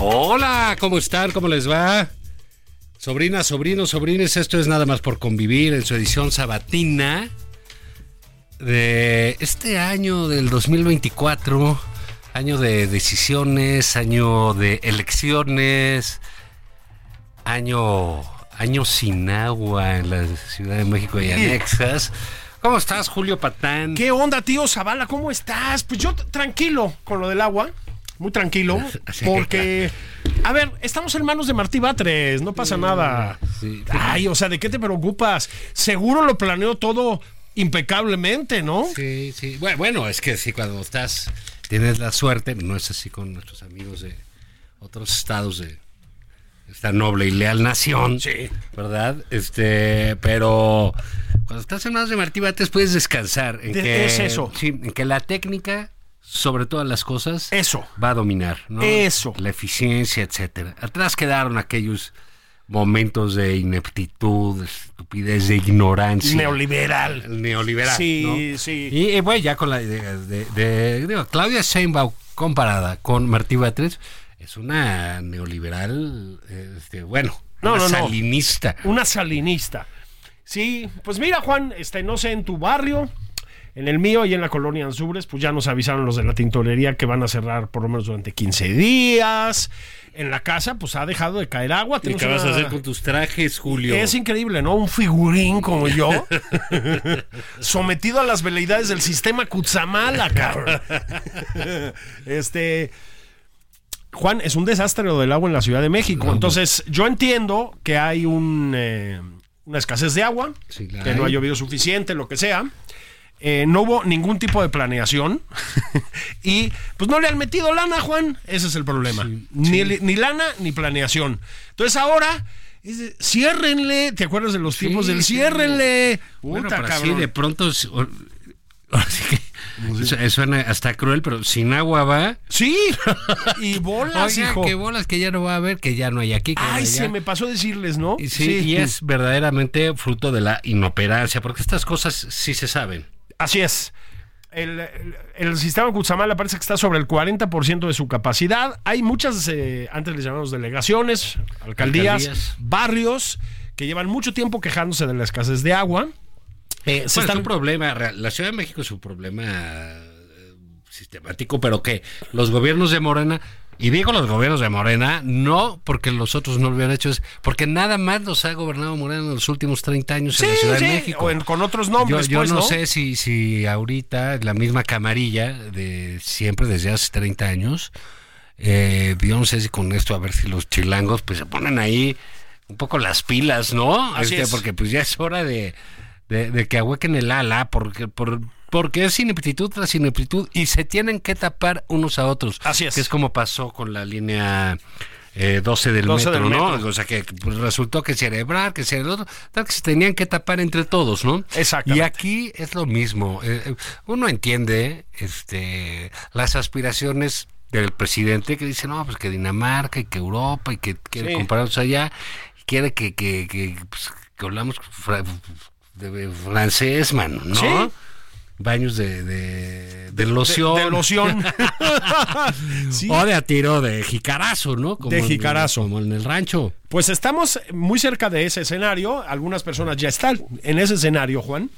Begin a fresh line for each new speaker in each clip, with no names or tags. Hola, ¿cómo están? ¿Cómo les va? Sobrinas, sobrinos, sobrines, esto es nada más por convivir en su edición sabatina de este año del 2024, año de decisiones, año de elecciones, año, año sin agua en la Ciudad de México y anexas. ¿Cómo estás, Julio Patán?
¿Qué onda, tío Zavala? ¿Cómo estás? Pues yo t- tranquilo con lo del agua. Muy tranquilo. Porque, a ver, estamos en manos de Martí Batres. No pasa nada.
sí.
Ay, o sea, ¿de qué te preocupas? Seguro lo planeó todo impecablemente, ¿no?
Sí, sí. Bue- Bueno, es que sí, cuando estás, tienes la suerte, no es así con nuestros amigos de otros estados de esta noble y leal nación.
Sí.
¿Verdad? Este, pero cuando estás en manos de Martí Bates puedes descansar. En
De-
que,
es eso.
Sí, en que la técnica, sobre todas las cosas,
Eso.
va a dominar. ¿no?
Eso.
La eficiencia, etcétera. Atrás quedaron aquellos momentos de ineptitud, de estupidez, de ignorancia
Neoliberal.
el neoliberal.
Sí,
¿no?
sí.
Y eh, bueno, ya con la de, de- de- digo, Claudia Sheinbaum comparada con Martí Batres, es una neoliberal, eh, este, bueno,
No,
una
no, no.
salinista.
Una salinista. Sí, pues mira, Juan, este, no sé, en tu barrio, en el mío y en la colonia Anzures, pues ya nos avisaron los de la tintorería que van a cerrar por lo menos durante 15 días. En la casa, pues ha dejado de caer agua.
¿Y
Tenemos
qué vas a
una-
hacer con tus trajes, Julio?
Es increíble, ¿no? Un figurín como yo, sometido a las veleidades del sistema Kutsamala, cabrón. Este. Juan, es un desastre lo del agua en la Ciudad de México. Entonces, yo entiendo que hay un, eh, una escasez de agua,
Sí, la
que no ha
hay.
llovido suficiente, lo que sea. Eh, no hubo ningún tipo de planeación. y pues no le han metido lana, Juan. Ese es el problema. ni, li- ni lana ni planeación. Entonces ahora, es de, ciérrenle. ¿Te acuerdas de los tiempos del
sí.
ciérrenle?
Bueno,
Puta,
pero así
cabrón.
de pronto... s- o- ahora sí que su- Suena hasta cruel, pero sin agua va.
Sí. Y bolas,
Oiga,
hijo.
qué bolas que ya no va a haber, que ya no hay aquí. Que no hay
Ay, se
allá.
me pasó decirles, ¿no?
Y sí, y es verdaderamente fruto de la inoperancia, porque estas cosas sí se saben.
Así es. El, el- el sistema Cutzamala parece que está sobre el 40% de su capacidad. Hay muchas, eh, antes les llamamos delegaciones, alcaldías,
Alcaldías.
barrios, que llevan mucho tiempo quejándose de la escasez de agua. Eh,
Bueno,
se
es
están-
un problema, real. la Ciudad de México es un problema eh, sistemático, pero que los gobiernos de Morena, y digo los gobiernos de Morena, no porque los otros no lo hubieran hecho, es porque nada más nos ha gobernado Morena en los últimos 30 años en la
Sí,
Ciudad
sí,
de México.
o en- con otros
Yo,
nombres,
yo
pues,
no,
¿no?
sé si, si ahorita la misma camarilla de siempre desde hace 30 años, eh, yo no sé si con esto a ver si los chilangos pues se ponen ahí un poco las pilas, ¿no?
Así es.
Porque pues ya es hora de, de, de que ahuequen el ala, porque, por, porque es ineptitud tras ineptitud y se tienen que tapar unos a otros.
Así es.
Que es como pasó con la línea... eh, 12 del
12
metro,
del
¿no?
metro.
O sea, que pues, resultó que si era Ebrard, que si era el otro, tal que se tenían que tapar entre todos, ¿no?
Exactamente.
Y aquí es lo mismo. Eh, eh, uno entiende este, las aspiraciones del presidente que dice, no, pues que Dinamarca y que Europa y que quiere
Sí.
compararnos allá, y quiere que, que, que, pues, que hablamos fra- de francés, mano, ¿no?
Sí.
Baños de, de, de
De-
loción.
De, loción. Sí.
O de a tiro de jicarazo, ¿no? Como
De
en-
jicarazo.
como en el rancho.
Pues estamos muy cerca de ese escenario. Algunas personas ya están en ese escenario, Juan.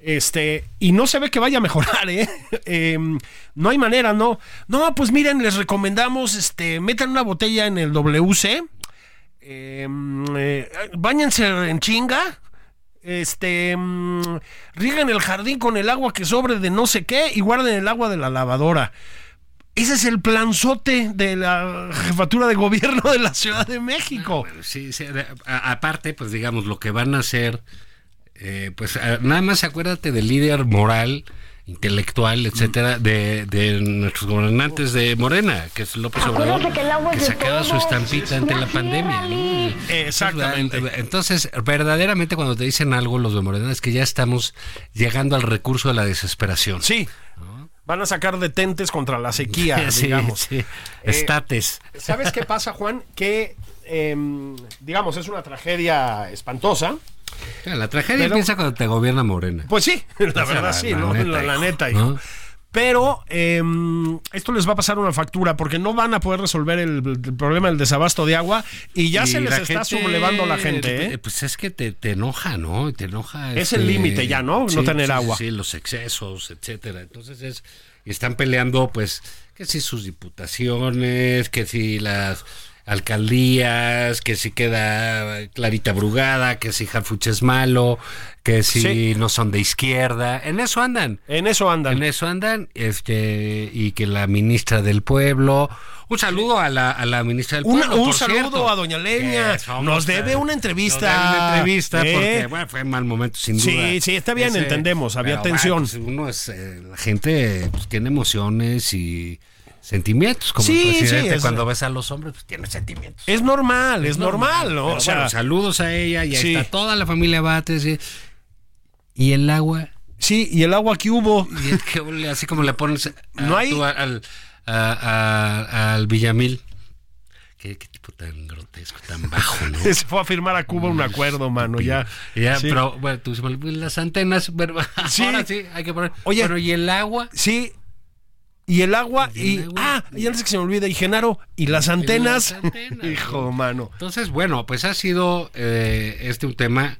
Este, y no se ve que vaya a mejorar, ¿eh? Em, no hay manera, no. No, pues miren, les recomendamos, este, metan una botella en el WC, em, eh, báñense en chinga, este, mm, riegan el jardín con el agua que sobre de no sé qué y guarden el agua de la lavadora. Ese es el planzote de la jefatura de gobierno de la Ciudad de México.
pues, Sí, sí, de- a- aparte, pues digamos, lo que van a hacer, eh, pues a- nada más acuérdate del líder moral, intelectual, etcétera, de, de nuestros gobernantes de Morena, que es López Obrador,
Acuérdate que el agua es de
sacaba su
todos.
estampita ante la
Sí,
pandemia. ¿no?
Ali.
Eh, Exactamente.
Entonces, verdaderamente cuando te dicen algo los de Morena es que ya estamos llegando al recurso de la desesperación.
Sí. Van a sacar detentes contra la sequía,
Sí,
digamos.
sí.
Eh,
Estates.
¿Sabes qué pasa, Juan? Que, em, digamos, es una tragedia espantosa.
La tragedia
Pero-
empieza cuando te gobierna Morena.
Pues sí, la
O sea,
verdad sí, ¿no? la, la
hijo,
neta. hijo.
¿no?
Pero em, esto les va a pasar una factura porque no van a poder resolver el, el problema del desabasto de agua y ya
Y
se les
la
está
gente,
sublevando la gente. ¿eh?
Pues es que te, te enoja, ¿no? Te enoja. este,
Es el límite ya, ¿no? No tener
sí,
agua.
Sí, los excesos, etcétera. Entonces es. y están peleando, pues, que si sus diputaciones, que si las alcaldías, que si queda Clarita Brugada, que si Jafuch es malo, que si
Sí.
no son de izquierda. En eso andan.
En eso andan.
En eso andan, este, y que la ministra del pueblo. Un saludo a la, a la ministra del
Un-
pueblo.
un
por
saludo
cierto.
a doña Leña.
somos,
Nos debe una
eh,
entrevista.
Nos debe una entrevista
¿Eh?
porque bueno, fue un mal momento, sin
Sí,
duda.
sí, está bien, entendemos, había
bueno,
tensión.
pues, uno es, eh, la gente pues, tiene emociones y sentimientos. Como
Sí,
el presidente,
sí, es-
cuando ves a los hombres, pues tiene sentimientos.
Es normal, es normal, ¿no?
Pero
o sea,
bueno, saludos a ella y ahí
sí.
está toda la familia Bates. Y, y el agua.
sí, y el agua que hubo.
Y es que ole, así como le pones a-
No hay-
tú a- al, a- a- al Villamil. Qué, qué tipo tan grotesco, tan bajo, ¿no?
Se fue a firmar a Cuba un acuerdo, mano, ya.
Ya,
Sí.
pero bueno, tú, "Pues, las antenas, pero
Sí.
ahora sí hay que poner.
Oye.
pero ¿y el agua?
Sí. Y el agua
Y el
y...
agua.
Ah, ya antes que se me olvide. Y Genaro, y las antenas.
antenas.
Hijo, mano.
Entonces, bueno, pues ha sido eh, este un tema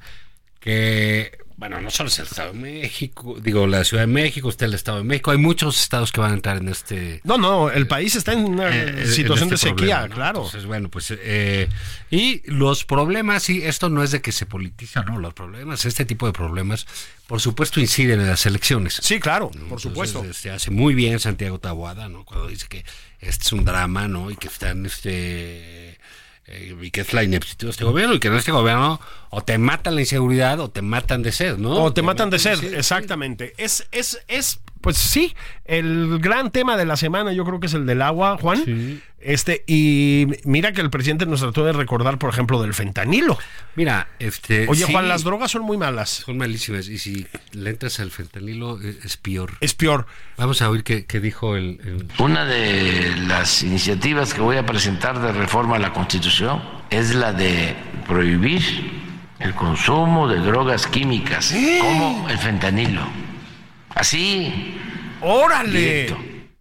que, bueno, no solo es el Estado de México, digo, la Ciudad de México, está el Estado de México, hay muchos estados que van a entrar en este...
No, no, el país está en una
eh, en
situación
este
de sequía,
problema, ¿no?
claro.
Entonces, bueno, pues. eh, y los problemas, sí, esto no es de que se politiza, no. Los problemas, este tipo de problemas, por supuesto, inciden en las elecciones.
sí, claro, por
Entonces,
supuesto.
este, hace muy bien Santiago Taboada, ¿no? Cuando dice que este es un drama, ¿no? Y que están, este. eh, y que es la ineptitud de este gobierno, y que en este gobierno o te matan la inseguridad o te matan de sed, ¿no?
O te matan de sed, exactamente. Es, es, es, pues sí, el gran tema de la semana yo creo que es el del agua, Juan. Este, y mira que el presidente nos trató de recordar, por ejemplo, del fentanilo.
Mira, este.
Oye,
sí,
Juan, las drogas son muy malas.
Son malísimas, y si le entras al fentanilo, eh, es peor.
Es peor.
Vamos a oír qué, qué dijo el, el-
Una de las iniciativas que voy a presentar de reforma a la Constitución es la de prohibir el consumo de drogas químicas, como el fentanilo. Así,
¡Órale!
directo.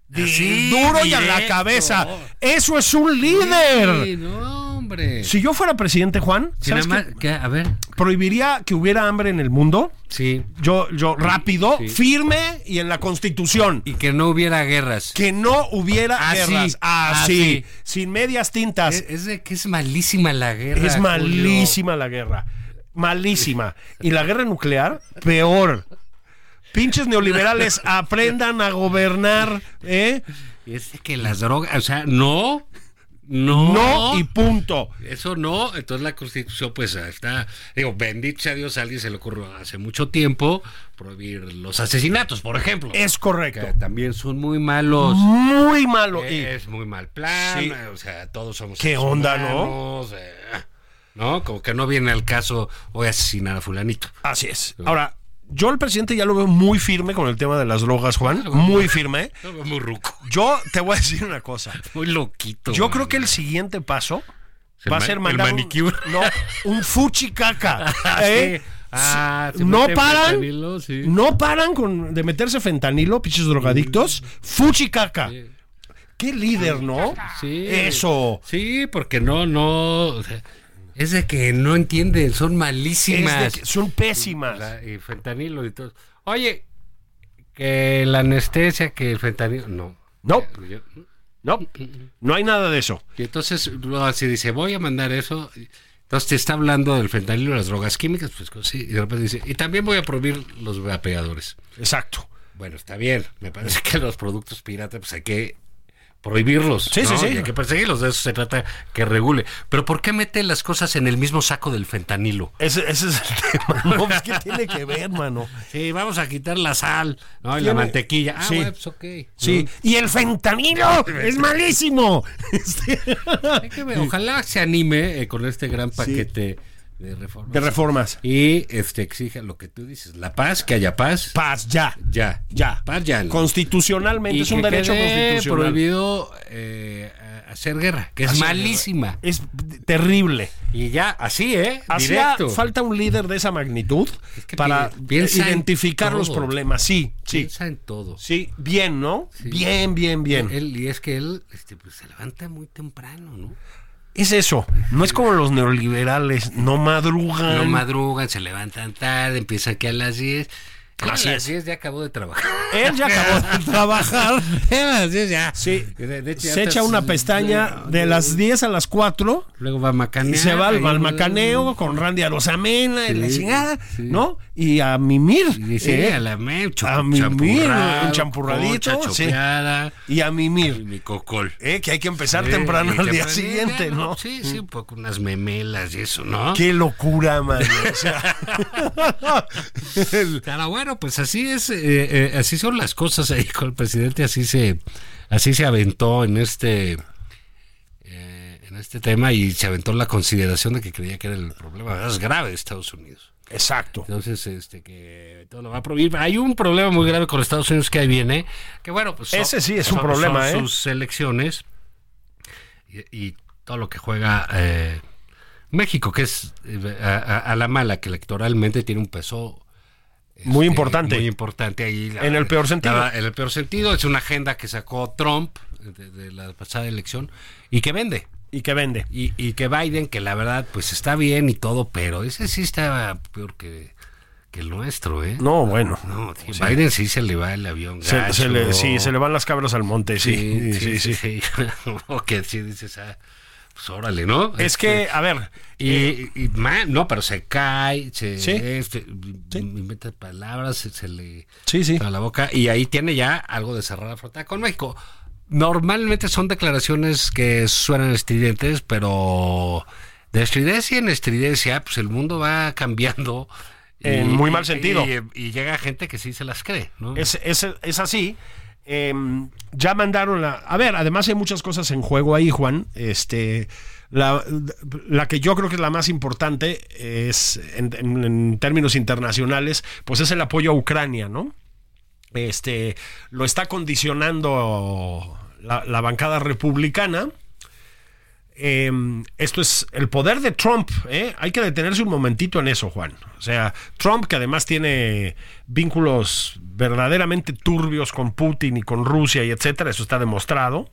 Di-
Sí,
duro y a la
directo.
cabeza. Eso es un líder.
Sí, no, hombre.
Si yo fuera presidente, Juan,
Sí,
¿sabes
nada
qué?
más que- a ver,
prohibiría que hubiera hambre en el mundo.
sí.
Yo, yo, rápido,
sí.
firme y en la constitución.
Y que no hubiera guerras.
Que no hubiera
Así,
guerras. Así.
así. Eh,
Sin medias tintas.
Es, es de que es malísima la guerra.
Es
Julio.
malísima la guerra. Malísima. Y la guerra nuclear, peor. Pinches neoliberales, aprendan a gobernar, ¿eh?
Es de que las drogas, o sea, no. No.
No y punto.
Eso no, entonces la constitución pues está, digo, bendito sea Dios, a alguien se le ocurrió hace mucho tiempo prohibir los asesinatos, por ejemplo.
Es correcto.
Que también son muy malos.
Muy malo. Oh, Y-
Es muy mal plan,
Sí.
eh, o sea, todos somos
¿Qué
seres
onda, no?
humanos, eh, no, como que no viene al caso voy a asesinar a fulanito.
Así es. Ahora, yo al presidente ya lo veo muy firme con el tema de las drogas, Juan. pues, Muy firme.
No, Muy ruco,
Yo te voy a decir una cosa.
muy loquito.
Yo
man.
creo que el siguiente paso
El
va a
ma-
ser
el
mandar un-
manicure.
no, un fuchi caca.
Ah,
¿eh?
sí. Ah,
Sí.
se
no
mete
paran,
fentanilo, sí.
no paran con, de meterse fentanilo, pinches drogadictos.
Mm.
Fuchi caca. Qué líder, ¿no?
Sí.
Eso.
Sí, porque no, no. o sea, es de que no entienden, son
Es
malísimas.
de que son pésimas.
La- y fentanilo y todo. Oye, que la anestesia, que el fentanilo. No.
No,
Eh, Yo- Mm,
no, no hay nada de eso.
y entonces, no, así dice, voy a mandar eso. Entonces te está hablando del fentanilo y las drogas químicas, pues sí. Y de repente dice, y también voy a prohibir los vapeadores.
Exacto.
Bueno, está bien. Me parece que los productos pirata, pues hay que prohibirlos.
Sí, sí,
¿no?
sí.
Y hay que perseguirlos. De eso se trata que regule. Pero ¿por qué mete las cosas en el mismo saco del fentanilo?
Ese, ese es el tema. No, pues, ¿Qué tiene que ver, mano?
Sí, vamos a quitar la sal ¿no? y
Tiene-
la mantequilla. Ah,
sí.
bueno, pues ok.
Sí. Y el fentanilo es malísimo. Este-
Hay que ver, Ojalá se anime eh, con este gran paquete de reformas.
De reformas.
y este exija lo que tú dices, la paz, que haya paz.
Paz, ya.
ya.
Ya.
Paz ya. ¿no?
Constitucionalmente.
Y
Es un
que
derecho
quede
constitucional.
prohibido eh, a- hacer guerra, que es malísima.
Es terrible.
Y ya, así, ¿eh?
Hacía
Directo.
falta un líder de esa magnitud
que
para
pi- piensa en
identificar los
todo.
problemas. Sí, sí.
Piensa en todo.
Sí, bien, ¿no? Bien, bien, bien.
Él, y es que él este, pues, se levanta muy temprano, ¿no?
Es eso. No es como los neoliberales. No madrugan.
No madrugan, se levantan tarde, empiezan que a las 10. Él
Así
a
es.
las 10 ya acabó de trabajar.
Él ya acabó de trabajar.
Él a las 10 ya.
Sí.
De- de hecho, ya
Se
está-
echa una pestaña de las 10 a las 4
Luego va a
y
macanear.
se va al
Ahí-
balmacaneo con Randy Arosamena y la
Sí,
chingada,
sí.
¿no? Y a mimir.
Y dice,
eh,
a la me, chu-
a mimir,
champurrado,
un champurradito,
concha
sí.
chopeada,
y a
y
mimir.
mi cocol.
Eh, que hay que empezar
Sí,
temprano
y
al
que
día
aprendí,
siguiente,
bueno,
¿no?
Sí, sí, un poco unas memelas y eso, ¿no?
Qué locura, man. O sea,
Pero bueno, pues así es, eh, eh, así son las cosas ahí con el presidente, así se, así se aventó en este, eh, en este tema y se aventó la consideración de que creía que era el problema más grave de Estados Unidos.
exacto.
Entonces, este, que todo lo va a prohibir. Hay un problema muy grave con Estados Unidos que ahí viene, que bueno, pues... son-
Ese sí es un
son-
problema,
son
¿eh?
sus elecciones y, y todo lo que juega eh, México, que es eh, a, a- a la mala, que electoralmente tiene un peso...
Muy
este,
importante.
Muy importante ahí. la-
En el peor sentido.
la- en el peor sentido. Es una agenda que sacó Trump de, de la pasada elección y que vende.
Y que vende.
Y, y que Biden, que la verdad, pues está bien y todo, pero ese sí está peor que, que el nuestro, ¿eh?
No, bueno.
No, tío, Biden sí se le va el avión.
Se, se le,
gacho.
sí, se le van las cabras al monte, sí.
Sí,
sí, sí.
o que sí dices, ah, pues órale, ¿no? Este,
Es que, a ver,
Pues, Y, y ma- no, pero se cae, se
Eh. Sí.
este, inventa palabras, se, se le
Sí, sí.
para la boca y ahí tiene ya algo de cerrar la frontera con México. Normalmente son declaraciones que suenan estridentes, pero de estridencia en estridencia, pues el mundo va cambiando.
En muy mal sentido.
Y, y llega gente que sí se las cree, ¿no?
es, es, es así. Em, ya mandaron la. A ver, además hay muchas cosas en juego ahí, Juan. Este. La, la que yo creo que es la más importante es, en, en- en términos internacionales, pues es el apoyo a Ucrania, ¿no? Este lo está condicionando la, la bancada republicana. Eh, esto es el poder de Trump. ¿eh? Hay que detenerse un momentito en eso, Juan. O sea, Trump, que además tiene vínculos verdaderamente turbios con Putin y con Rusia y etcétera, eso está demostrado.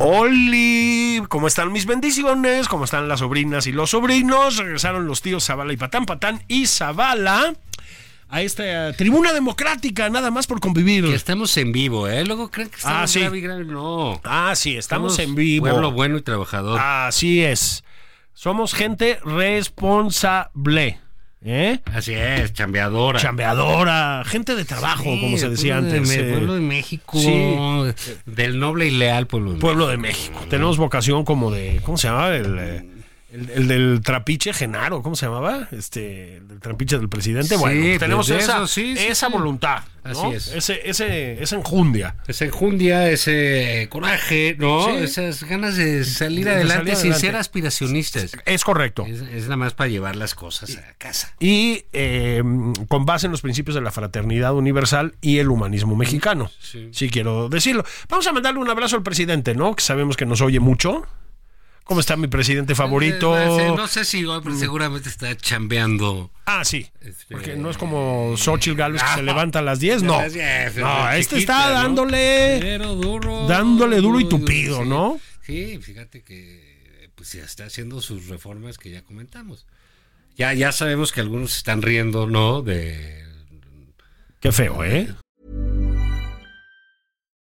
Oli, ¿cómo están mis bendiciones? ¿Cómo están las sobrinas y los sobrinos? Regresaron los tíos Zavala y Patán, Patán y Zavala a esta eh, tribuna democrática, nada más por convivir.
Que estamos en vivo, ¿eh? Luego creen que estamos
Ah, sí.
grave y grave. No.
Ah, sí, estamos, en vivo. Ah.
Pueblo bueno y trabajador.
Así es. Somos gente responsable. ¿eh?
Así es, chambeadora.
Chambeadora, gente de trabajo,
Sí,
como se decía
pueblo de
antes.
Me-
eh,
pueblo de México.
Sí. Pues,
Del noble y leal pueblo. de
pueblo de México. Tenemos vocación como de. ¿Cómo se llamaba? El, eh, el- el del trapiche Genaro, ¿cómo se llamaba? Este, el del trapiche del presidente.
Sí,
bueno,
pues
tenemos
de
esa,
eso, sí, sí,
esa
sí.
voluntad. ¿no?
Así es.
Ese, ese, esa enjundia.
México. Esa enjundia, ese coraje, ¿no?
Sí.
Esas ganas de salir
De
adelante
salir
sin
adelante.
ser aspiracionistas.
Es correcto.
Es, es nada más para llevar las cosas a casa.
Y eh, con base en los principios de la fraternidad universal y el humanismo mexicano.
Sí.
Sí, quiero decirlo. Vamos a mandarle un abrazo al presidente, ¿no? Que sabemos que nos oye mucho. ¿Cómo está mi presidente favorito?
Eh, No sé si hoy, pero seguramente está chambeando.
Ah, sí.
Este,
Porque no es como Xochitl Gálvez que se
Ah.
levanta a las 10, Pues no.
Así es,
No,
es
este
chiquita,
está
¿no?
dándole.
Pero duro.
Dándole duro y tupido,
sí.
¿no?
Sí, fíjate que pues ya está haciendo sus reformas que ya comentamos. Ya, ya sabemos que algunos se están riendo, ¿no? De
Qué feo, ¿eh?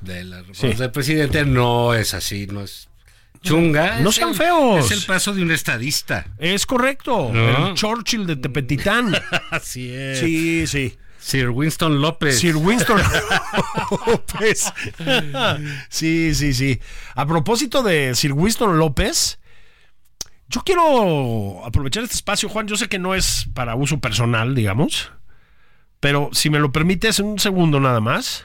de la respuesta del presidente no es así, no es chunga.
No
es
sean
el-
feos.
Es el paso de un estadista.
Es correcto.
No.
El Churchill de Tepetitán.
Así es.
sí, sí.
Sir Winston López.
Sir Winston López. sí, sí, sí. A propósito de Sir Winston López, yo quiero aprovechar este espacio, Juan. Yo sé que no es para uso personal, digamos, pero si me lo permites, un segundo nada más.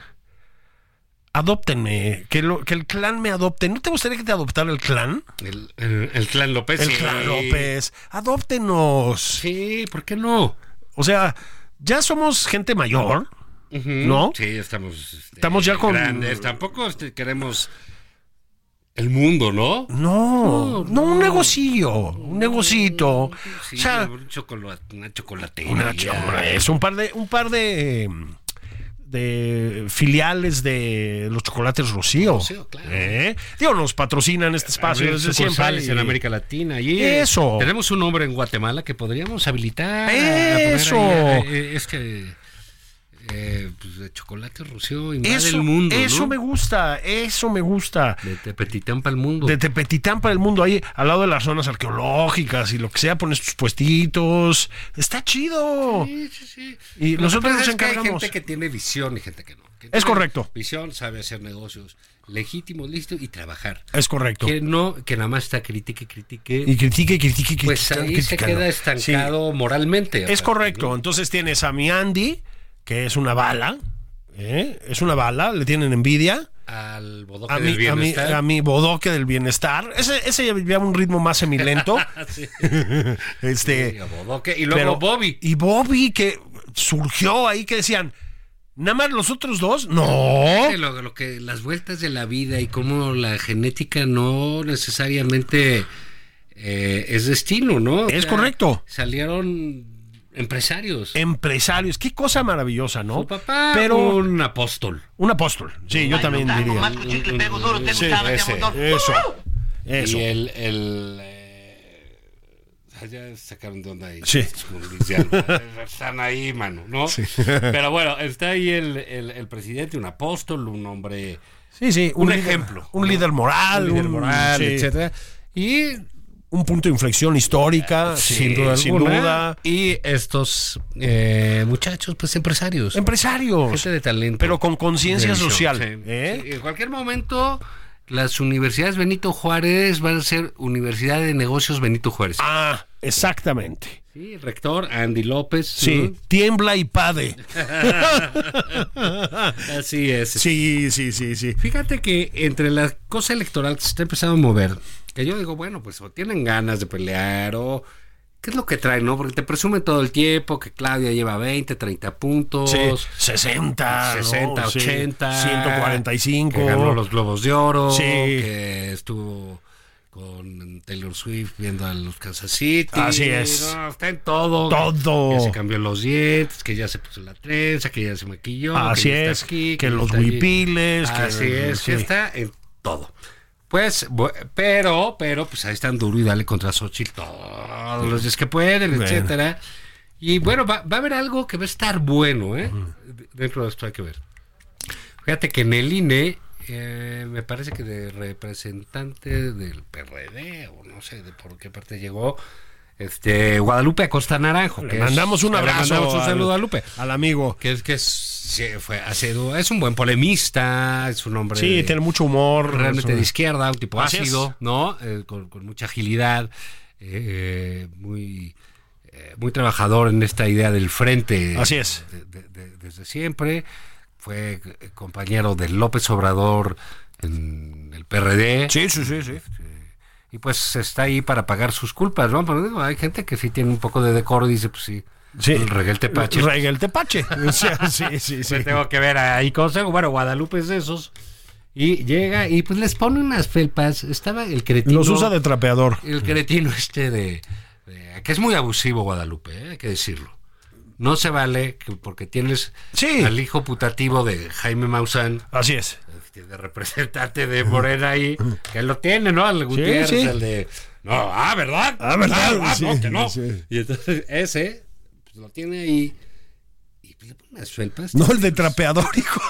Adóptenme, que, lo- que el clan me adopte. ¿No te gustaría que te adoptara el clan?
El, el- el clan López.
El
sí.
clan López. Adóptenos.
Sí, ¿por qué no?
O sea, ya somos gente mayor, ¿no?
Sí, estamos. este,
Estamos ya con-
Grandes. Tampoco este, queremos el mundo, ¿no?
No, no, un negocillo, un negocito.
Sí,
o sea,
un chocolate, una chocolatería.
una chorra, es un par de, un par de, de filiales de los chocolates Rocío.
Rocío, claro.
¿Eh? Digo, nos patrocinan este espacio
Abrir
desde siempre.
sucursales
y-
en América Latina y eh,
Eso.
Tenemos un hombre en Guatemala que podríamos habilitar. a- a poner
Eso.
ahí, eh, es que eh, pues, de chocolate Rocío invade
Eso,
el mundo.
eso
¿no?
me gusta, eso me gusta.
De Tepetitán para el mundo.
De Tepetitán para el mundo, ahí al lado de las zonas arqueológicas y lo que sea, pones tus puestitos. Está chido.
Sí, sí, sí.
Y
Lo que
nosotros
pasa
nos
es que Hay
encargamos.
gente que tiene visión y gente que no. Que
Es
tiene
correcto.
Visión, sabe hacer negocios legítimos, listos y trabajar.
Es correcto.
Que no, que nada más está critique, critique.
Y critique, critique, critique.
pues ahí se
criticando.
queda
Sí.
estancado moralmente.
Es
aparte,
correcto. Entonces tienes a mi Andy, que es una bala. ¿eh? Es una bala, le tienen envidia.
¿no? Al bodoque
A
del
mi, a, mi,
bienestar.
a mi bodoque del bienestar. Ese, ese ya vivía un ritmo más semilento.
Sí.
este,
Y a Bodoque, y luego
pero-
Bobby.
Y Bobby, que surgió ahí, que decían, nada más los otros dos. No.
Sí, Lo, lo que las vueltas de la vida y cómo la genética no necesariamente eh, es destino, ¿no? O
Es correcto.
Salieron empresarios.
Empresarios. Qué cosa maravillosa, ¿no?
Su papá,
Pero
un apóstol.
un apóstol. Sí, yo también diría. Sí,
ese,
Eso. Eso.
Y el. el eh, ah, ya sacaron de onda ahí.
Sí.
Es como dice Alma, Están ahí, mano, ¿no? Pero bueno, está ahí el, el, el presidente, un apóstol, un hombre.
Sí, sí.
Un
líder-
ejemplo,
Un
¿no?
líder moral.
líder moral,
sí.
etcétera. Y
un punto de inflexión
Eh,
histórica, sin duda
alguna.
alguna.
Y estos eh, muchachos, pues empresarios.
Empresarios,
gente de talento.
pero con conciencia
Televisión,
social.
sí.
¿eh?
Sí, En cualquier momento, las universidades Benito Juárez van a ser Universidad de Negocios Benito Juárez.
Ah, exactamente.
Sí, el rector Andy López.
Sí, tiembla y pade.
¿no? Así es.
Sí, sí, sí, sí.
Fíjate que entre la cosa electoral que se está empezando a mover, que yo digo, bueno, pues o tienen ganas de pelear o... ¿Qué es lo que traen, no? Porque te presumen todo el tiempo que Claudia lleva 20, 30 puntos.
Sí, 60, ¿no?
60,
Sí,
80,
145.
que ganó los Globos de Oro,
Sí.
que estuvo con Taylor Swift viendo a los Kansas City.
Así es.
No, está en todo.
Todo.
Que se cambió los dientes, que ya se puso la trenza, que ya se maquilló.
Así
que ya está
es,
aquí,
que
ya
los
está allí.
huipiles, que-
Así es,
sí.
que está en todo. Pues, bu- pero, pero, pues ahí están duro y dale contra Xochitl todos los días que pueden,
Bueno.
etcétera. Y bueno, va, va a haber algo que va a estar bueno, ¿eh? D- Dentro de esto hay que ver. Fíjate que en el INE, eh, me parece que de representante del PRD, o no sé de por qué parte llegó, este Guadalupe Acosta Naranjo.
Le
que es-
mandamos un
le
abrazo.
mandamos un
al-
saludo a Guadalupe.
Al amigo.
Que es que es, se fue, ha sido- es un buen polemista, es un hombre
Sí, tiene mucho humor.
realmente
Eso.
de izquierda, un tipo
Así es.
ácido, ¿no? Eh, con, con mucha agilidad, eh, muy, eh, muy trabajador en esta idea del frente.
Así es.
de- de- de- desde siempre. Fue eh, compañero de López Obrador en el PRD.
Sí, sí, sí, sí.
Y pues está ahí para pagar sus culpas, ¿no? Pero digo, hay gente que sí tiene un poco de decoro y dice, pues sí,
Sí.
regué el tepache.
Rega el tepache. O sea, sí, sí, sí.
Pues tengo que ver ahí cosas. Bueno, Guadalupe es de esos. Y llega y pues les pone unas felpas. Estaba el cretino.
Los usa de trapeador.
El cretino este de, de- Que es muy abusivo Guadalupe, ¿eh? hay que decirlo. No se vale que- porque tienes
Sí.
al hijo putativo de Jaime Maussan,
Así es.
este, de representante de Morena ahí, que lo tiene, ¿no? Al Gutiérrez,
sí.
al de No, ah, ¿verdad?
Ah, ¿verdad?
Ah,
Sí,
no, que no.
sí.
Y entonces ese pues, lo tiene ahí y pues, le pone unas felpas.
No, el de trapeador, hijo.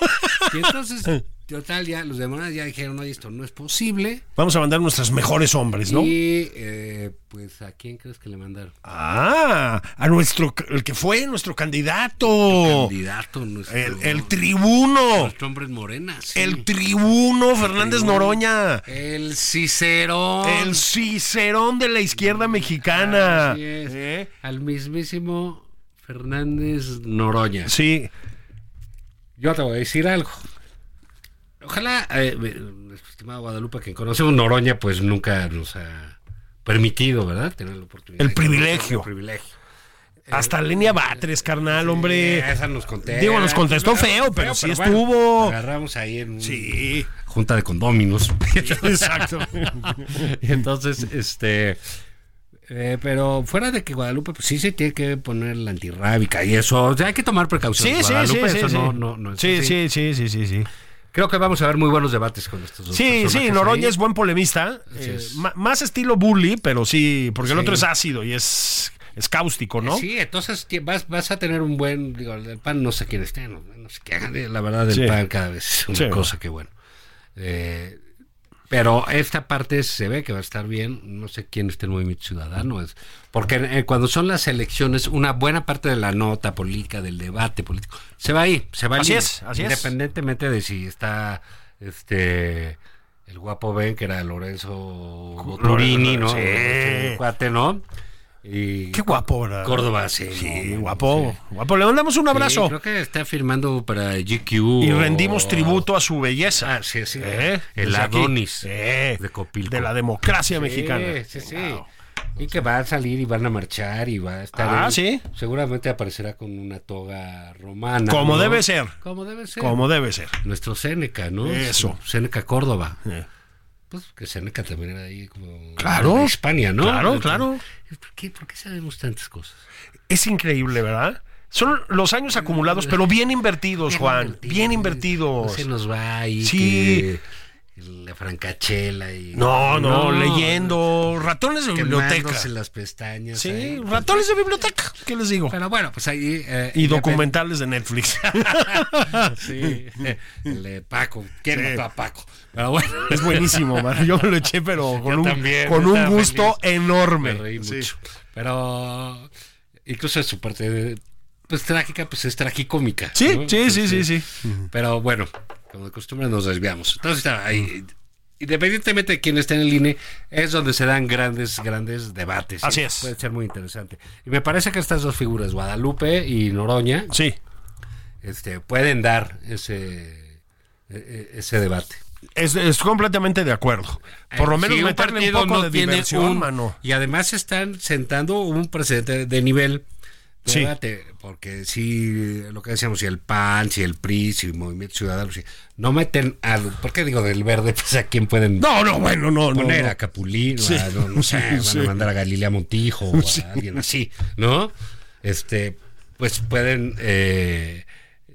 Y entonces, total, ya los demás ya dijeron, oye, esto no es posible.
Vamos a mandar nuestros mejores hombres, ¿no?
Y eh, pues, ¿a quién crees que le mandaron?
Ah, a nuestro, el que fue nuestro candidato.
Candidato, nuestro,
El, el tribuno.
nuestro Este hombre es morena. sí.
El tribuno Fernández Noroña.
El Cicerón.
El cicerón de la izquierda mexicana.
Así es.
¿Eh?
Al mismísimo Fernández Noroña.
Sí.
Yo te voy a decir algo. Ojalá, eh, me- estimado Guadalupe, que conocemos Noroña, pues nunca nos ha permitido, ¿verdad? Tener la oportunidad.
El
de
privilegio.
El privilegio.
Hasta línea Batres, carnal,
Eh,
hombre.
esa nos contestó.
Digo, nos contestó feo, pero sí estuvo.
agarramos ahí en un-
Sí.
junta de condóminos.
Exacto.
Y entonces, este. eh, pero fuera de que Guadalupe, pues sí se tiene que poner la antirrábica y eso. O sea, hay que tomar precauciones.
Sí, sí, sí,
Guadalupe,
sí,
eso
sí.
no- no- no es
Sí,
así.
sí, sí, sí, sí, sí.
Creo que vamos a ver muy buenos debates con estos dos.
Sí,
personajes
sí, Noroña
ahí.
es buen polemista. eh,
es.
ma- más estilo bully, pero sí, porque el
Sí.
otro es ácido y es, es cáustico, ¿no?
Sí, entonces ti- vas, vas a tener un buen. Digo, el PAN no sé quién esté, no, no sé qué hagan, eh, La verdad, el
Sí.
PAN cada vez es una
Sí.
cosa que bueno. Eh, pero esta parte se ve que va a estar bien. No sé quién esté el movimiento ciudadano. Es, porque eh, cuando son las elecciones, una buena parte de la nota política, del debate político, se va ahí, se va al
Así
INE,
es, así es.
Independientemente de si está este. El guapo Ben, que era Lorenzo Turini, ¿no?
Sí.
Este Cuate, ¿no? Y
Qué guapo, ¿verdad?
Córdoba, sí.
Sí,
no,
guapo, guapo. Le mandamos un
Sí,
abrazo
creo que está firmando para GQ.
y rendimos tributo a su belleza.
Ah, sí, sí.
¿Eh?
El
Desde aquí.
Adonis
Eh,
de Copilco.
De la democracia
Sí,
mexicana.
Sí, sí.
Wow.
Y que va a salir y van a marchar y va a estar.
Ah,
él.
sí.
Seguramente aparecerá con una toga romana.
Como
¿no?
debe ser.
Como debe ser.
Como debe ser.
Nuestro Seneca, ¿no?
Eso.
Seneca Córdoba.
Eh.
Pues que Seneca también era ahí como.
Claro.
de Hispania, ¿no?
Claro, claro.
¿Por qué, por qué sabemos tantas cosas?
Es increíble, ¿verdad? Son los años acumulados,
Mm.
pero bien invertidos, Pues, Juan. Bien
No
invertidos.
se nos va ahí. que
Sí.
la francachela y.
No, no, leyendo. Ratones de biblioteca.
Quemándose las pestañas.
Sí,
ahí.
ratones de biblioteca. ¿Qué les digo?
Pero bueno, pues ahí. eh,
Y
independ-
documentales de Netflix.
Sí. El de Paco. ¿Quién mató a Paco? Pero bueno.
Es buenísimo, man. Yo me lo eché, pero con un,
también,
con
yo
un
estaba
gusto
Me
enorme.
reí
Sí.
mucho. Pero. Incluso en su parte. de- Pues trágica, pues es tragicómica.
Sí,
¿no?
sí, sí, sí,
Entonces,
sí.
Pero bueno, como de costumbre nos desviamos. Entonces, está ahí, independientemente de quién esté en el INE, es donde se dan grandes, grandes debates.
Así
Y
es.
Puede ser muy interesante. Y me parece que estas dos figuras, Guadalupe y Noroña,
Sí.
este, pueden dar ese, e- e- ese debate.
Es, es completamente de acuerdo. Por lo
Eh,
menos
si un
meterle un
partido
poco
no
de
tiene
diversión,
un-
mano.
Y además están sentando un precedente de nivel. de
Sí.
Debate, porque si lo que decíamos, si el PAN, si el PRI, si el Movimiento Ciudadano, si- no meten al. ¿Por qué digo del verde? Pues a quién pueden
No, no, bueno, no, no.
poner
no.
a Capulino,
Sí.
a- no, no sé, van
Sí.
a mandar a Galilea Montijo o a alguien así, ¿no? Este, pues pueden eh,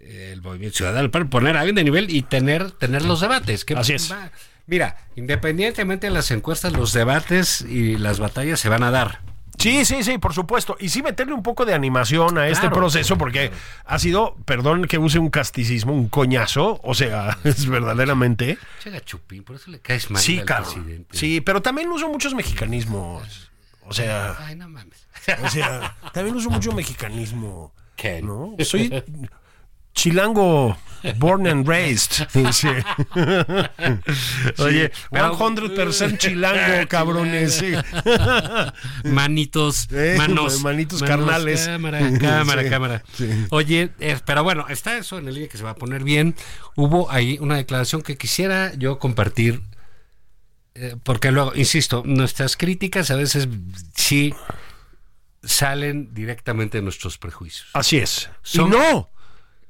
el Movimiento Ciudadano para poner a alguien de nivel y tener, tener los debates. que
Así es.
va- Mira, independientemente de las encuestas, los debates y las batallas se van a dar.
Sí, sí, sí, por supuesto. Y sí meterle un poco de animación a este
Claro,
proceso porque ha sido, perdón que use un casticismo, un coñazo, o sea, es verdaderamente.
Llega Chupín, por eso le caes mal
Sí,
al
cabrón.
presidente.
Sí, pero también uso muchos mexicanismos. O sea,
Ay, no mames.
o sea, también uso mucho mexicanismo.
¿Qué?
¿No? Soy chilango born and raised. Sí. Oye,
Wow.
100% chilango, cabrones. sí.
Manitos,
Este, Eh,
manos,
manitos carnales.
Cámara, cámara,
Sí,
cámara.
sí.
Oye, eh, pero bueno, está eso en el línea que se va a poner bien. Hubo ahí una declaración que quisiera yo compartir. eh, Porque luego, insisto, nuestras críticas a veces sí salen directamente de nuestros prejuicios.
Así es.
Son-
y no.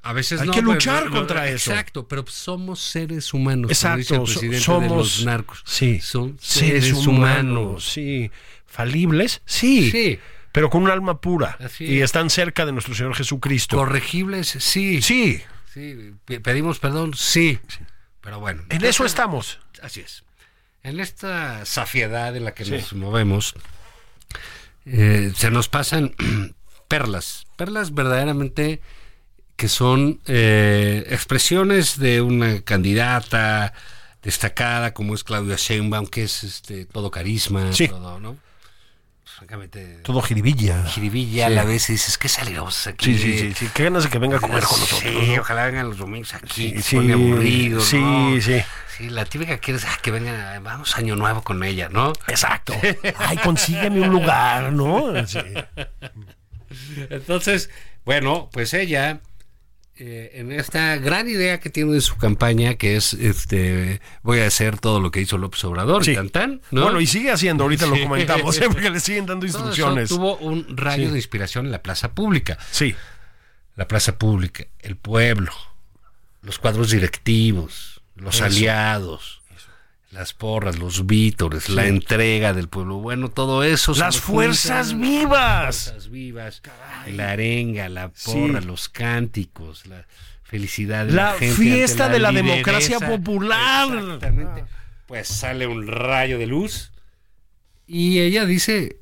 A veces
Hay
no,
que
pues,
luchar
no, no,
contra eso.
Exacto, pero somos seres humanos. como dice el
Exacto. so-
presidente de
somos
los narcos.
Sí.
Son seres, humanos.
Sí. Falibles. Sí.
Sí.
Pero con un alma pura.
Así
y
es.
están cerca de nuestro Señor Jesucristo.
Corregibles, sí.
Sí.
Sí, pe- pedimos perdón, sí. Pero bueno,
En eso estamos.
así es. en esta safiedad en la que nos movemos, eh, se nos pasan perlas, perlas verdaderamente que son eh, expresiones de una candidata destacada como es Claudia Sheinbaum, que es este todo carisma,
Sí.
todo, ¿no? Pues, Francamente,
Todo jiribilla.
jiribilla a la vez y dices, qué salidos aquí.
Sí, sí, sí, sí. Qué ganas de que venga a comer con nosotros.
Sí, ojalá vengan los domingos aquí,
Sí,
se pone
sí,
aburrido,
sí,
¿no?
sí.
Sí, la típica que es ah, que vengan, vamos año nuevo con ella, ¿no?
Exacto. Ay, consígueme un lugar, ¿no? Sí.
Entonces, bueno, pues ella, eh, en esta gran idea que tiene de su campaña, que es, este, voy a hacer todo lo que hizo López Obrador,
Sí.
y tan, tan, ¿no?
Bueno, y sigue haciendo, ahorita lo
Sí.
comentamos, ¿eh? porque le siguen dando
Todo eso
instrucciones.
tuvo un rayo de inspiración en la plaza pública.
Sí,
la plaza pública, el pueblo, los cuadros directivos, los aliados, las porras, los vítores, la entrega del pueblo bueno, todo eso. se
Las
nos
fuerzas
junta,
vivas.
las fuerzas vivas, la arenga, la porra, los cánticos, la felicidad de la,
La
gente ante
fiesta de la democracia
lideresa.
popular.
Exactamente. Pues sale un rayo de luz y ella dice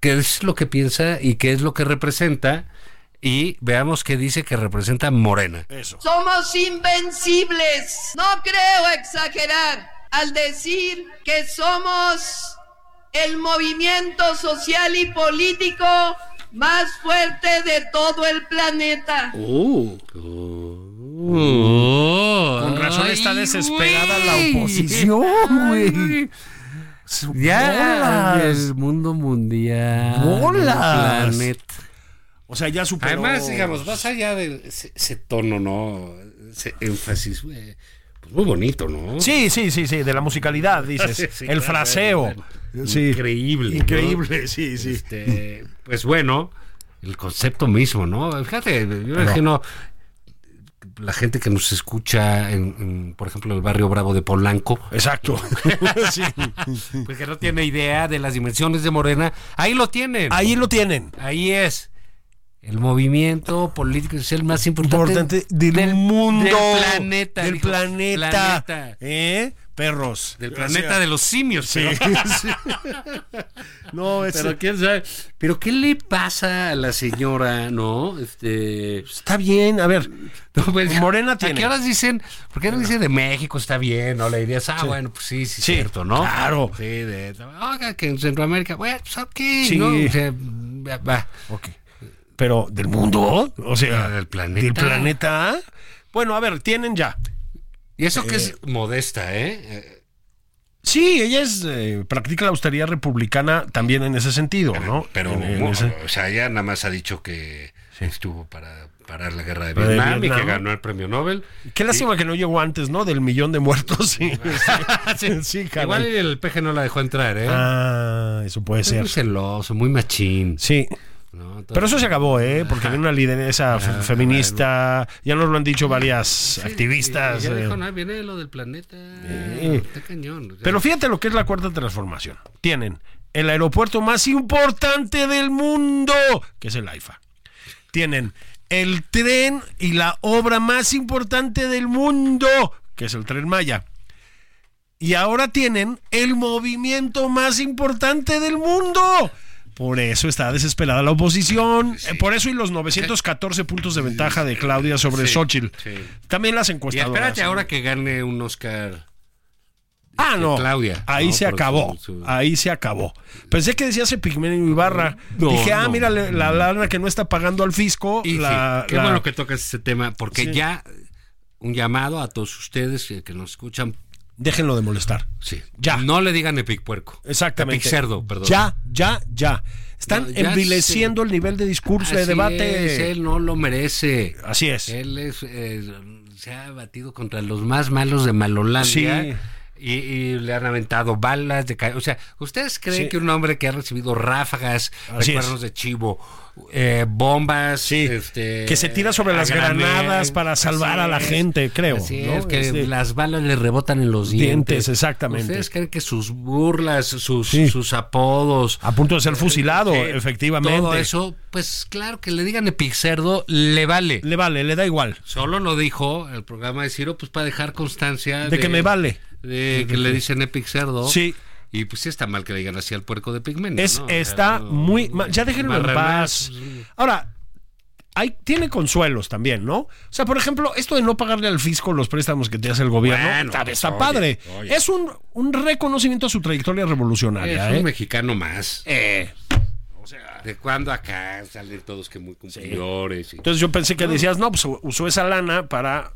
qué es lo que piensa y qué es lo que representa y veamos qué dice que representa Morena.
eso.
Somos invencibles. No creo exagerar al decir que somos el movimiento social y político más fuerte de todo el planeta.
Con razón está desesperada la oposición, güey.
Ya
Bolas.
el mundo mundial.
Bolas.
el planeta.
O sea, ya superó.
Además, digamos, más allá de ese, ese tono, ¿no? Ese énfasis, eh, pues muy bonito, ¿no?
Sí, sí, sí, sí, de la musicalidad, dices.
Sí,
el
claro,
fraseo.
bueno.
Sí.
Increíble. ¿no?
Increíble, sí, sí.
Este, pues bueno, el concepto mismo, ¿no? Fíjate, yo imagino la gente que nos escucha, en, en, por ejemplo, el barrio Bravo de Polanco,
Exacto. Sí.
pues que no tiene idea de las dimensiones de Morena, ahí lo tienen.
Ahí lo tienen.
Ahí es. El movimiento político es el más importante,
Importante del, mundo.
del planeta.
Del
dijo,
planeta.
planeta.
¿Eh? Perros.
Del
O
planeta
sea,
de los simios.
Sí.
pero-
sí. No, es.
Pero quién sabe. Pero qué le pasa a la señora, ¿no? Este.
Está bien, a ver.
no, pues,
Morena
¿a
tiene.
qué horas dicen? Porque ahora dicen de México está bien, ¿no? Le dirías, ah, bueno, pues sí, sí,
Sí,
cierto, ¿no?
claro.
Sí, de. Oiga, que en Centroamérica, bueno, pues ok,
Sí.
¿no? O sea, va, va.
Ok. Pero del mundo, o sea,
Del planeta.
Del planeta. Bueno, a ver, tienen ya.
Y eso que es modesta, ¿eh? ¿eh?
Sí, ella es eh, practica la austeridad republicana también en ese sentido, ¿no?
Pero, eh,
En- en
bueno,
ese-
o sea, ella nada más ha dicho que estuvo para parar la guerra de
La de
Vietnam, y que
Vietnam.
ganó el premio Nobel.
Qué lástima que no llegó antes, ¿no? Del millón de muertos. Sí, sí, caray.
Igual el peje no la dejó entrar, ¿eh?
Ah, eso puede
Es
ser.
muy celoso, muy machín.
Sí.
¿no? Todo-
Pero eso se acabó, ¿eh? Porque viene una
Ah,
lideresa fe- feminista. Ya nos lo han dicho varias activistas.
Y ya
eh.
dijo, "No, viene lo del planeta. Está cañón. o sea,
Pero fíjate lo que es la cuarta transformación. Tienen el aeropuerto más importante del mundo, que es el AIFA. Tienen el tren y la obra más importante del mundo, que es el tren Maya. Y ahora tienen el movimiento más importante del mundo. Por eso está desesperada la oposición. Eh, Por eso y los 914 puntos de ventaja de Claudia sobre
Sí,
Xochitl.
sí.
También las
y
encuestadoras.
espérate ahora que gane un Oscar.
Ah, no.
Claudia,
Ahí
¿no?
se
Por
acabó.
su- su-
Ahí se acabó. Pensé que decía Epigmenio Ibarra.
No,
Dije, ah,
no.
mira, le- la lana que no está pagando al fisco.
Y
la-
sí, qué
la-
bueno que tocas ese tema, porque
Sí.
ya un llamado a todos ustedes que, que nos escuchan.
Déjenlo de molestar.
Sí,
Ya.
No le digan Epic Puerco.
Exactamente.
Epic Cerdo, perdón.
Ya, ya, ya. Están
No, ya
envileciendo
se-
el nivel de discurso,
Así
de
es,
debate.
él no lo merece.
Así es.
Él es, eh, se ha batido contra los más malos de Malolandia.
Sí.
Y, y le han aventado balas de ca- O sea, ¿ustedes creen
Sí.
que un hombre que ha recibido ráfagas,
Así es.
recuerdos de chivo, eh, bombas,
Sí,
este,
que se tira sobre
a
las
granel,
granadas para salvar a la gente, creo,
así
¿no?
es, que
Este-
las balas le rebotan en los dientes.
Dientes, exactamente.
¿Ustedes creen que sus burlas, sus,
Sí.
sus apodos,
A punto de ser fusilado,
eh,
efectivamente.
Todo eso, pues claro que le digan epicerdo, le vale.
Le vale, le da igual.
Solo lo dijo el programa de Ciro, pues para dejar constancia.
De que me vale.
de que le dicen Epic Cerdo.
Sí.
Y pues sí está mal que le digan así al puerco de Pigmento.
Es,
¿no?
Está
Pero-
muy. ma- Ya déjenlo en
Barranas,
paz.
pues,
Ahora, hay, tiene consuelos también, ¿no? O sea, por ejemplo, esto de no pagarle al fisco los préstamos que te hace el gobierno
Bueno,
está,
pues,
está
oye,
padre.
oye.
Es un, un reconocimiento a su trayectoria revolucionaria.
Es
¿eh?
un mexicano más.
Eh,
¿De cuándo acá salen todos que muy cumplidores? y-
Entonces yo pensé que decías, no, pues usó esa lana para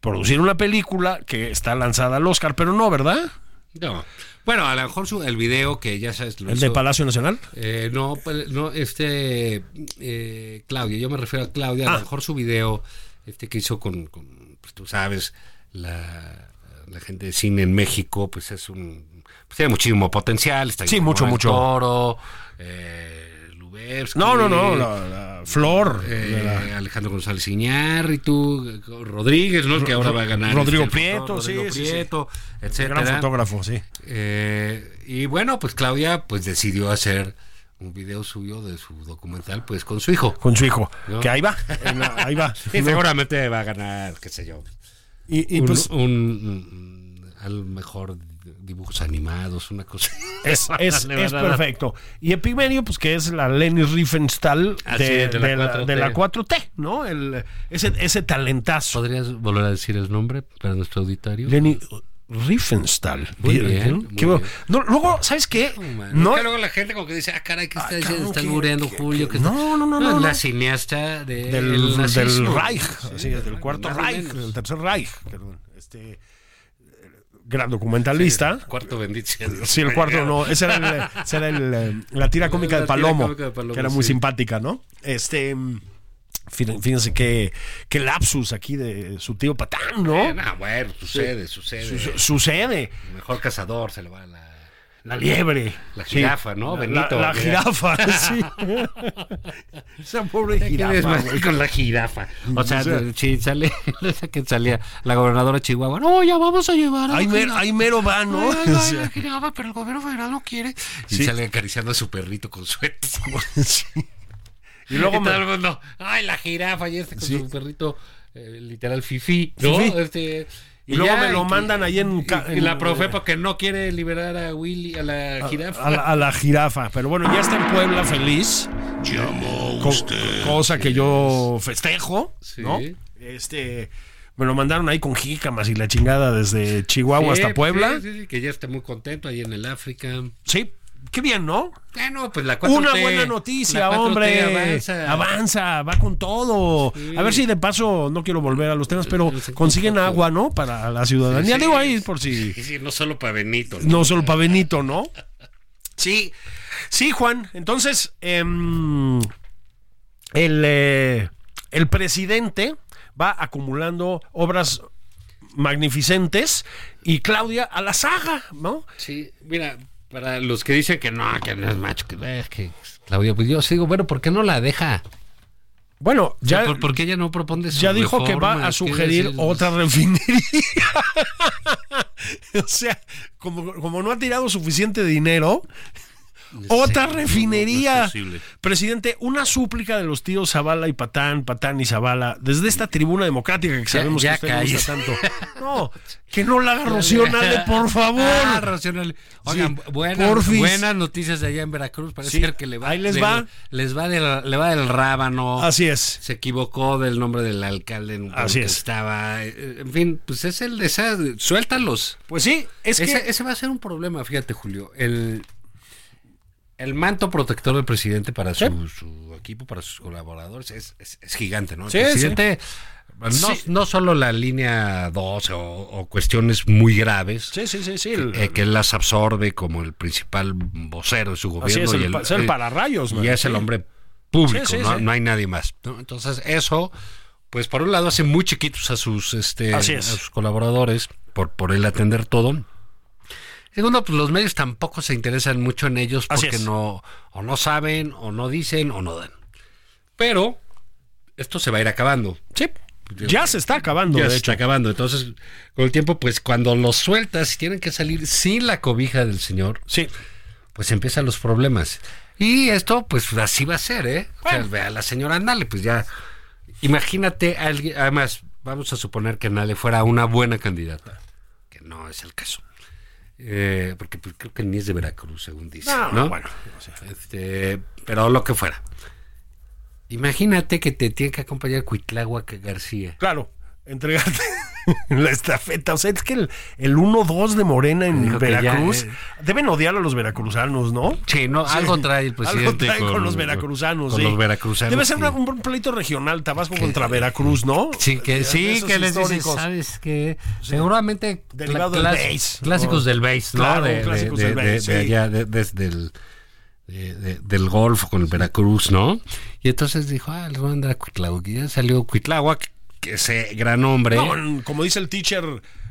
producir una película que está lanzada al Oscar, pero no, ¿verdad?
No. Bueno, a lo mejor su- el video que ya sabes. lo
El de
hizo-
Palacio Nacional.
Eh, no, pues, no, este. eh, Claudia, yo me refiero a Claudia. A
Ah.
lo mejor su video este que hizo con. con, pues tú sabes, la, la gente de cine en México, pues es un. Pues tiene muchísimo potencial. Está
Sí,
Guillermo
mucho,
del
mucho.
Toro, eh, Lubezki,
No, no, no, la, la Flor.
eh,
la-
Alejandro González Iñárritu, Rodríguez, ¿no? El que ahora va a ganar.
Rodrigo
este, el
Prieto,
doctor
sí,
Rodrigo
sí, sí.
Prieto, etcétera.
gran fotógrafo, sí.
Eh, y bueno, pues Claudia pues decidió hacer un video suyo de su documental pues con su hijo.
Con su hijo.
¿No?
Que ahí va. Ahí va.
Y seguramente va a ganar, qué sé yo,
Y, y
un,
pues
un- un- un- a lo mejor dibujos animados, una cosa.
es, es,
Le van
es
a dar.
perfecto. Y Epigmenio, pues que es la Lenny Riefenstahl
Así
de,
es, Ah, de la
de la,
4T.
de la 4T, ¿no? El, ese, ese talentazo.
¿Podrías volver a decir el nombre para nuestro auditorio?
Lenny Riefenstahl.
Muy bien,
Qué
muy
bueno. No, luego, ¿sabes qué?
No,
No,
es que luego la gente como que dice, ah, caray, ¿qué está
Ah,
diciendo?
cabrón,
Está
que-
albureando
que-
Julio.
que-
está-
no, no, no, no,
es la
no.
cineasta de-
del,
del nazismo.
del Reich, así es, del
más
cuarto
o
Reich,
menos.
del tercer Reich, perdón. Este eh, gran documentalista.
Cuarto bendito sea Dios.
Sí, el cuarto no. Ese era, el, eh, ese era el, eh, la tira cómica
La
de
tira
Palomo,
cómica de Palomo,
que era muy
sí.
simpática, ¿no? Este, mm, fí- fíjense qué, qué lapsus aquí de su tío Patán,
Eh,
¿no?
no, bueno, sucede, sucede.
Su- su- Sucede.
Mejor cazador se le va la,
La liebre.
la
Sí.
jirafa, ¿no?
La-
Benito.
La,
que-
jirafa, sí. Esa pobre
¿Qué quieres
jirafa.
más
güey.
con la jirafa. O sea,
O sea-
sí, sale, esa que salía la gobernadora de Chihuahua. No, ya vamos a llevar a
Ahí
la
mero,
jirafa.
ahí mero va, ¿no?
Ay, ay,
O
la
sea,
jirafa, pero el gobierno federal no quiere. Y
Sí.
sale acariciando a su perrito con suerte.
sí. Y luego
todo el
me,
mundo, ay, la jirafa y este con
Sí.
su perrito, eh, literal fifi, ¿no?
Fifí.
Este,
Y luego me lo
que-
mandan ahí en ca-
y la
en- eh,
profepa que no quiere liberar a Willy, a la jirafa.
a, la, a la jirafa. Pero bueno, ya está en Puebla feliz. co- cosa que yo festejo,
Sí.
¿no? Este, me lo mandaron ahí con jícamas y la chingada desde Chihuahua
Sí, pues
hasta Puebla. Sí,
sí, sí, sí, que ya está muy contento ahí en el África.
qué bien, ¿no?
Bueno, pues la 4T,
Una buena
la
noticia,
4T
hombre.
Avanza.
Avanza. va con todo. A ver si de paso, no quiero volver a los temas, pero consiguen agua, ¿no? Para la ciudadanía.
Sí,
Digo
sí.
ahí por si.
Sí, sí, no solo para Benito. ¿no?
No solo para Benito, ¿no? Sí, sí, Juan. Entonces, em, el, eh, el presidente va acumulando obras magnificentes y Claudia a la saga, ¿no?
Sí, mira, para los que dicen que no, que no es macho, que, eh, que Claudia, pues yo sigo, bueno, ¿por qué no la deja?
Bueno,
O sea,
ya,
¿por, por qué ella no propone su
ya dijo que va
reforma?
a
¿Qué
sugerir
decir?
otra refinería. o sea, como, como no ha tirado suficiente dinero, Otra refinería.
posible.
Presidente, una súplica de los tíos Zavala y Patán, Patán y Zavala, desde esta tribuna democrática que sabemos
ya
que a usted le gusta
calles.
tanto. No, que no la haga Rocío Nale, por favor.
Ah, Rocío Nale. Oigan,
Sí,
buenas,
porfis.
buenas noticias de allá en Veracruz. Parece
Sí,
ser que le va,
ahí les
del-
va.
Les va del, le va del rábano.
Así es.
Se equivocó del nombre del alcalde en un pueblo
Así
que
es.
estaba. eh, En fin, pues es el desastre. Suéltalos.
Pues sí, es que.
ese, ese va a ser un problema, fíjate, Julio. El, el manto protector del presidente para su, su equipo, para sus colaboradores, es, es- es gigante, ¿no? El
Sí,
presidente. No,
Sí.
no solo la línea 2 o, o cuestiones muy graves,
sí, sí, sí, sí. el-
eh, que él las absorbe como el principal vocero de su
así
gobierno.
es, el,
y el,
pa- es el
eh,
pararrayos, man.
y es el hombre público,
Pues Sí, sí,
¿no?
sí.
No hay nadie más. ¿no? Entonces, eso, pues por un lado hace muy chiquitos a sus, este,
Así es.
a sus colaboradores por, por él atender todo. Segundo, pues los medios tampoco se interesan mucho en ellos
Así
porque
es.
no, o no saben, o no dicen, o no dan. Pero esto se va a ir acabando.
Sí. Ya se está acabando,
Ya
de
se está
hecho.
acabando. Entonces, con el tiempo, pues cuando los sueltas, tienen que salir sin la cobija del señor
Sí.
pues empiezan los problemas. Y esto, pues así va a ser, ¿eh? O sea, ve a la señora Nale, pues ya. Imagínate, a alguien, además, vamos a suponer que Nale fuera una buena candidata. Que no es el caso. Eh, porque pues, creo que ni es de Veracruz, según dice.
No,
No,
bueno,
Este, pero lo que fuera. Imagínate que te tiene que acompañar Cuitláhuac García.
Claro, entregarte la estafeta. O sea, es que el, el 1-2 de Morena en
Dijo que ya,
Veracruz.
eh.
Deben odiar a los veracruzanos, ¿no?
Sí, no, algo trae el presidente.
Algo trae con, los veracruzanos.
Con
sí.
los veracruzanos.
Debe ser
que-
una- un pleito regional, Tabasco contra Veracruz, ¿no?
Sí,
De-
que,
de
sí,
esos
que les dicen,
históricos.
¿sabes qué? Seguramente
Derivado
cla-
del
clas-
bass,
clásicos
¿no?
del bass, ¿no?
Claro,
de, de-
clásicos
de-
del
de-
bass,
de
sí.
allá, de- desde el de- de- del Golfo con el Veracruz, ¿no? Y entonces dijo, ah, les voy a mandar a Cuitláhuac. Y ya salió Cuitláhuac, que ese gran hombre.
No, como dice el teacher,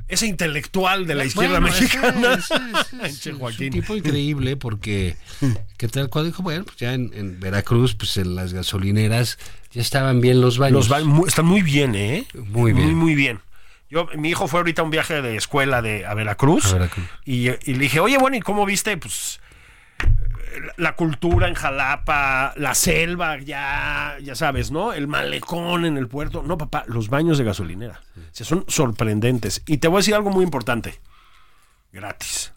ese intelectual de la izquierda
Bueno,
mexicana.
ese- ese- ese-
Che,
es
Joaquín.
un tipo increíble porque que tal cual dijo, bueno, pues ya en, en Veracruz, pues en las gasolineras ya estaban bien los baños.
Los va mu- están muy bien, ¿eh?
Muy bien.
Muy, muy bien. Yo, mi hijo fue ahorita a un viaje de escuela de, a Veracruz.
A Veracruz.
Y, y le dije, oye, bueno, ¿y cómo viste? Pues la- la cultura en Jalapa, la selva, ya, ya sabes, ¿no? El malecón en el puerto. No, papá, los baños de gasolinera. O sea, son sorprendentes. Y te voy a decir algo muy importante. Gratis.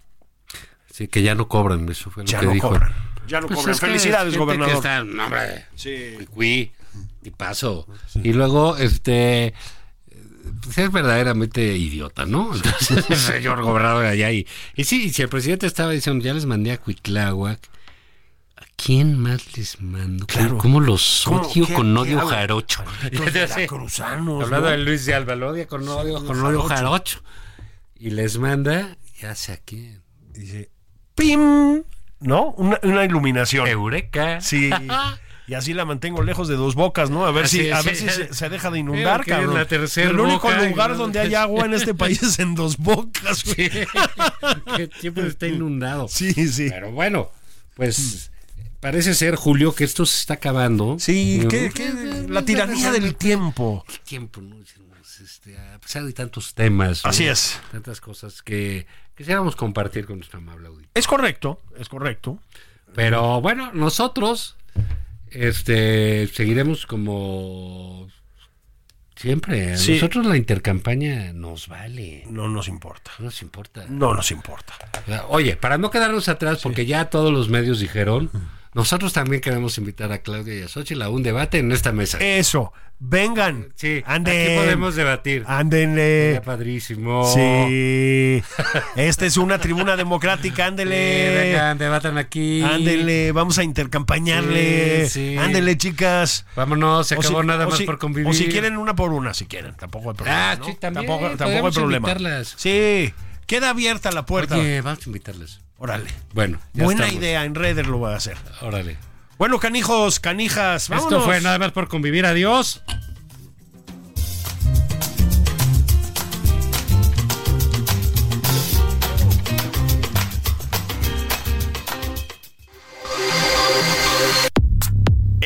Sí, que ya no cobran, eso fue lo
Ya
que
no
dijo.
cobran. Ya no
Pues
cobran.
es que es
Felicidades,
gente
gobernador.
que está, no, hombre,
Sí.
cuí, y paso. Y luego, este, eh, pues es verdaderamente idiota, ¿no? Entonces, el señor gobernador allá. Y, y sí, si el presidente estaba diciendo, ya les mandé a Cuitláhuac, ¿a quién más les mando? ¿Cómo-
Claro.
¿Cómo los
¿Cómo?
odio
¿Qué-
con
qué
odio
hago?
jarocho?
Los veracruzanos,
Hablando
¿no?
de Luis de Alba, lo odia con odio, con odio jarocho. Y les manda, ya sé a quién.
Dice, ¡pim! ¿No? Una, una iluminación.
Eureka.
Sí. Y así la mantengo lejos de dos bocas, ¿no? A ver
Así
si, a
es,
ver
sí.
si se, se deja de inundar,
Creo que
cabrón.
es la tercera
el único
boca,
lugar
¿no?
donde hay agua en este país es en dos bocas, güey.
que siempre está inundado.
Sí, sí.
Pero bueno, pues parece ser, Julio, que esto se está acabando.
Sí,
¿No? Pues,
¿qué- qué- la tiranía del tiempo.
El tiempo, ¿no? Decimos, este, a pesar de tantos temas. ¿no?
Así es.
Tantas cosas que quisiéramos compartir con nuestra amable audiencia.
Es correcto, es correcto.
Pero bueno, nosotros este, seguiremos como siempre. A
Sí.
nosotros la intercampaña nos vale.
No nos importa.
No nos importa.
No nos importa.
Oye, para no quedarnos atrás, porque ya todos los medios dijeron, nosotros también queremos invitar a Claudia y a Xochitl a un debate en esta mesa.
Eso. Vengan.
sí,
Anden.
aquí podemos debatir.
Ándenle.
Sería padrísimo.
Ah, eh. Sí. Esta es una tribuna democrática,
Sí,
ándele.
vengan, debatan aquí.
Ándele, vamos a intercampañarle.
Sí, sí.
Ándele, chicas.
Vámonos, se
O si-
acabó nada
o
más
si-
por convivir.
O si quieren una por una, si quieren. Tampoco hay problema.
Ah,
¿no?
sí, también,
Tampoco, tampoco hay
podríamos
problema.
invitarlas.
Sí, queda abierta la puerta.
Oye, vamos a invitarles.
Órale.
Bueno, ya
Buena
estamos.
idea, en Redder lo voy a hacer.
Órale.
Bueno, canijos, canijas, vámonos.
Esto fue nada más por convivir. Adiós.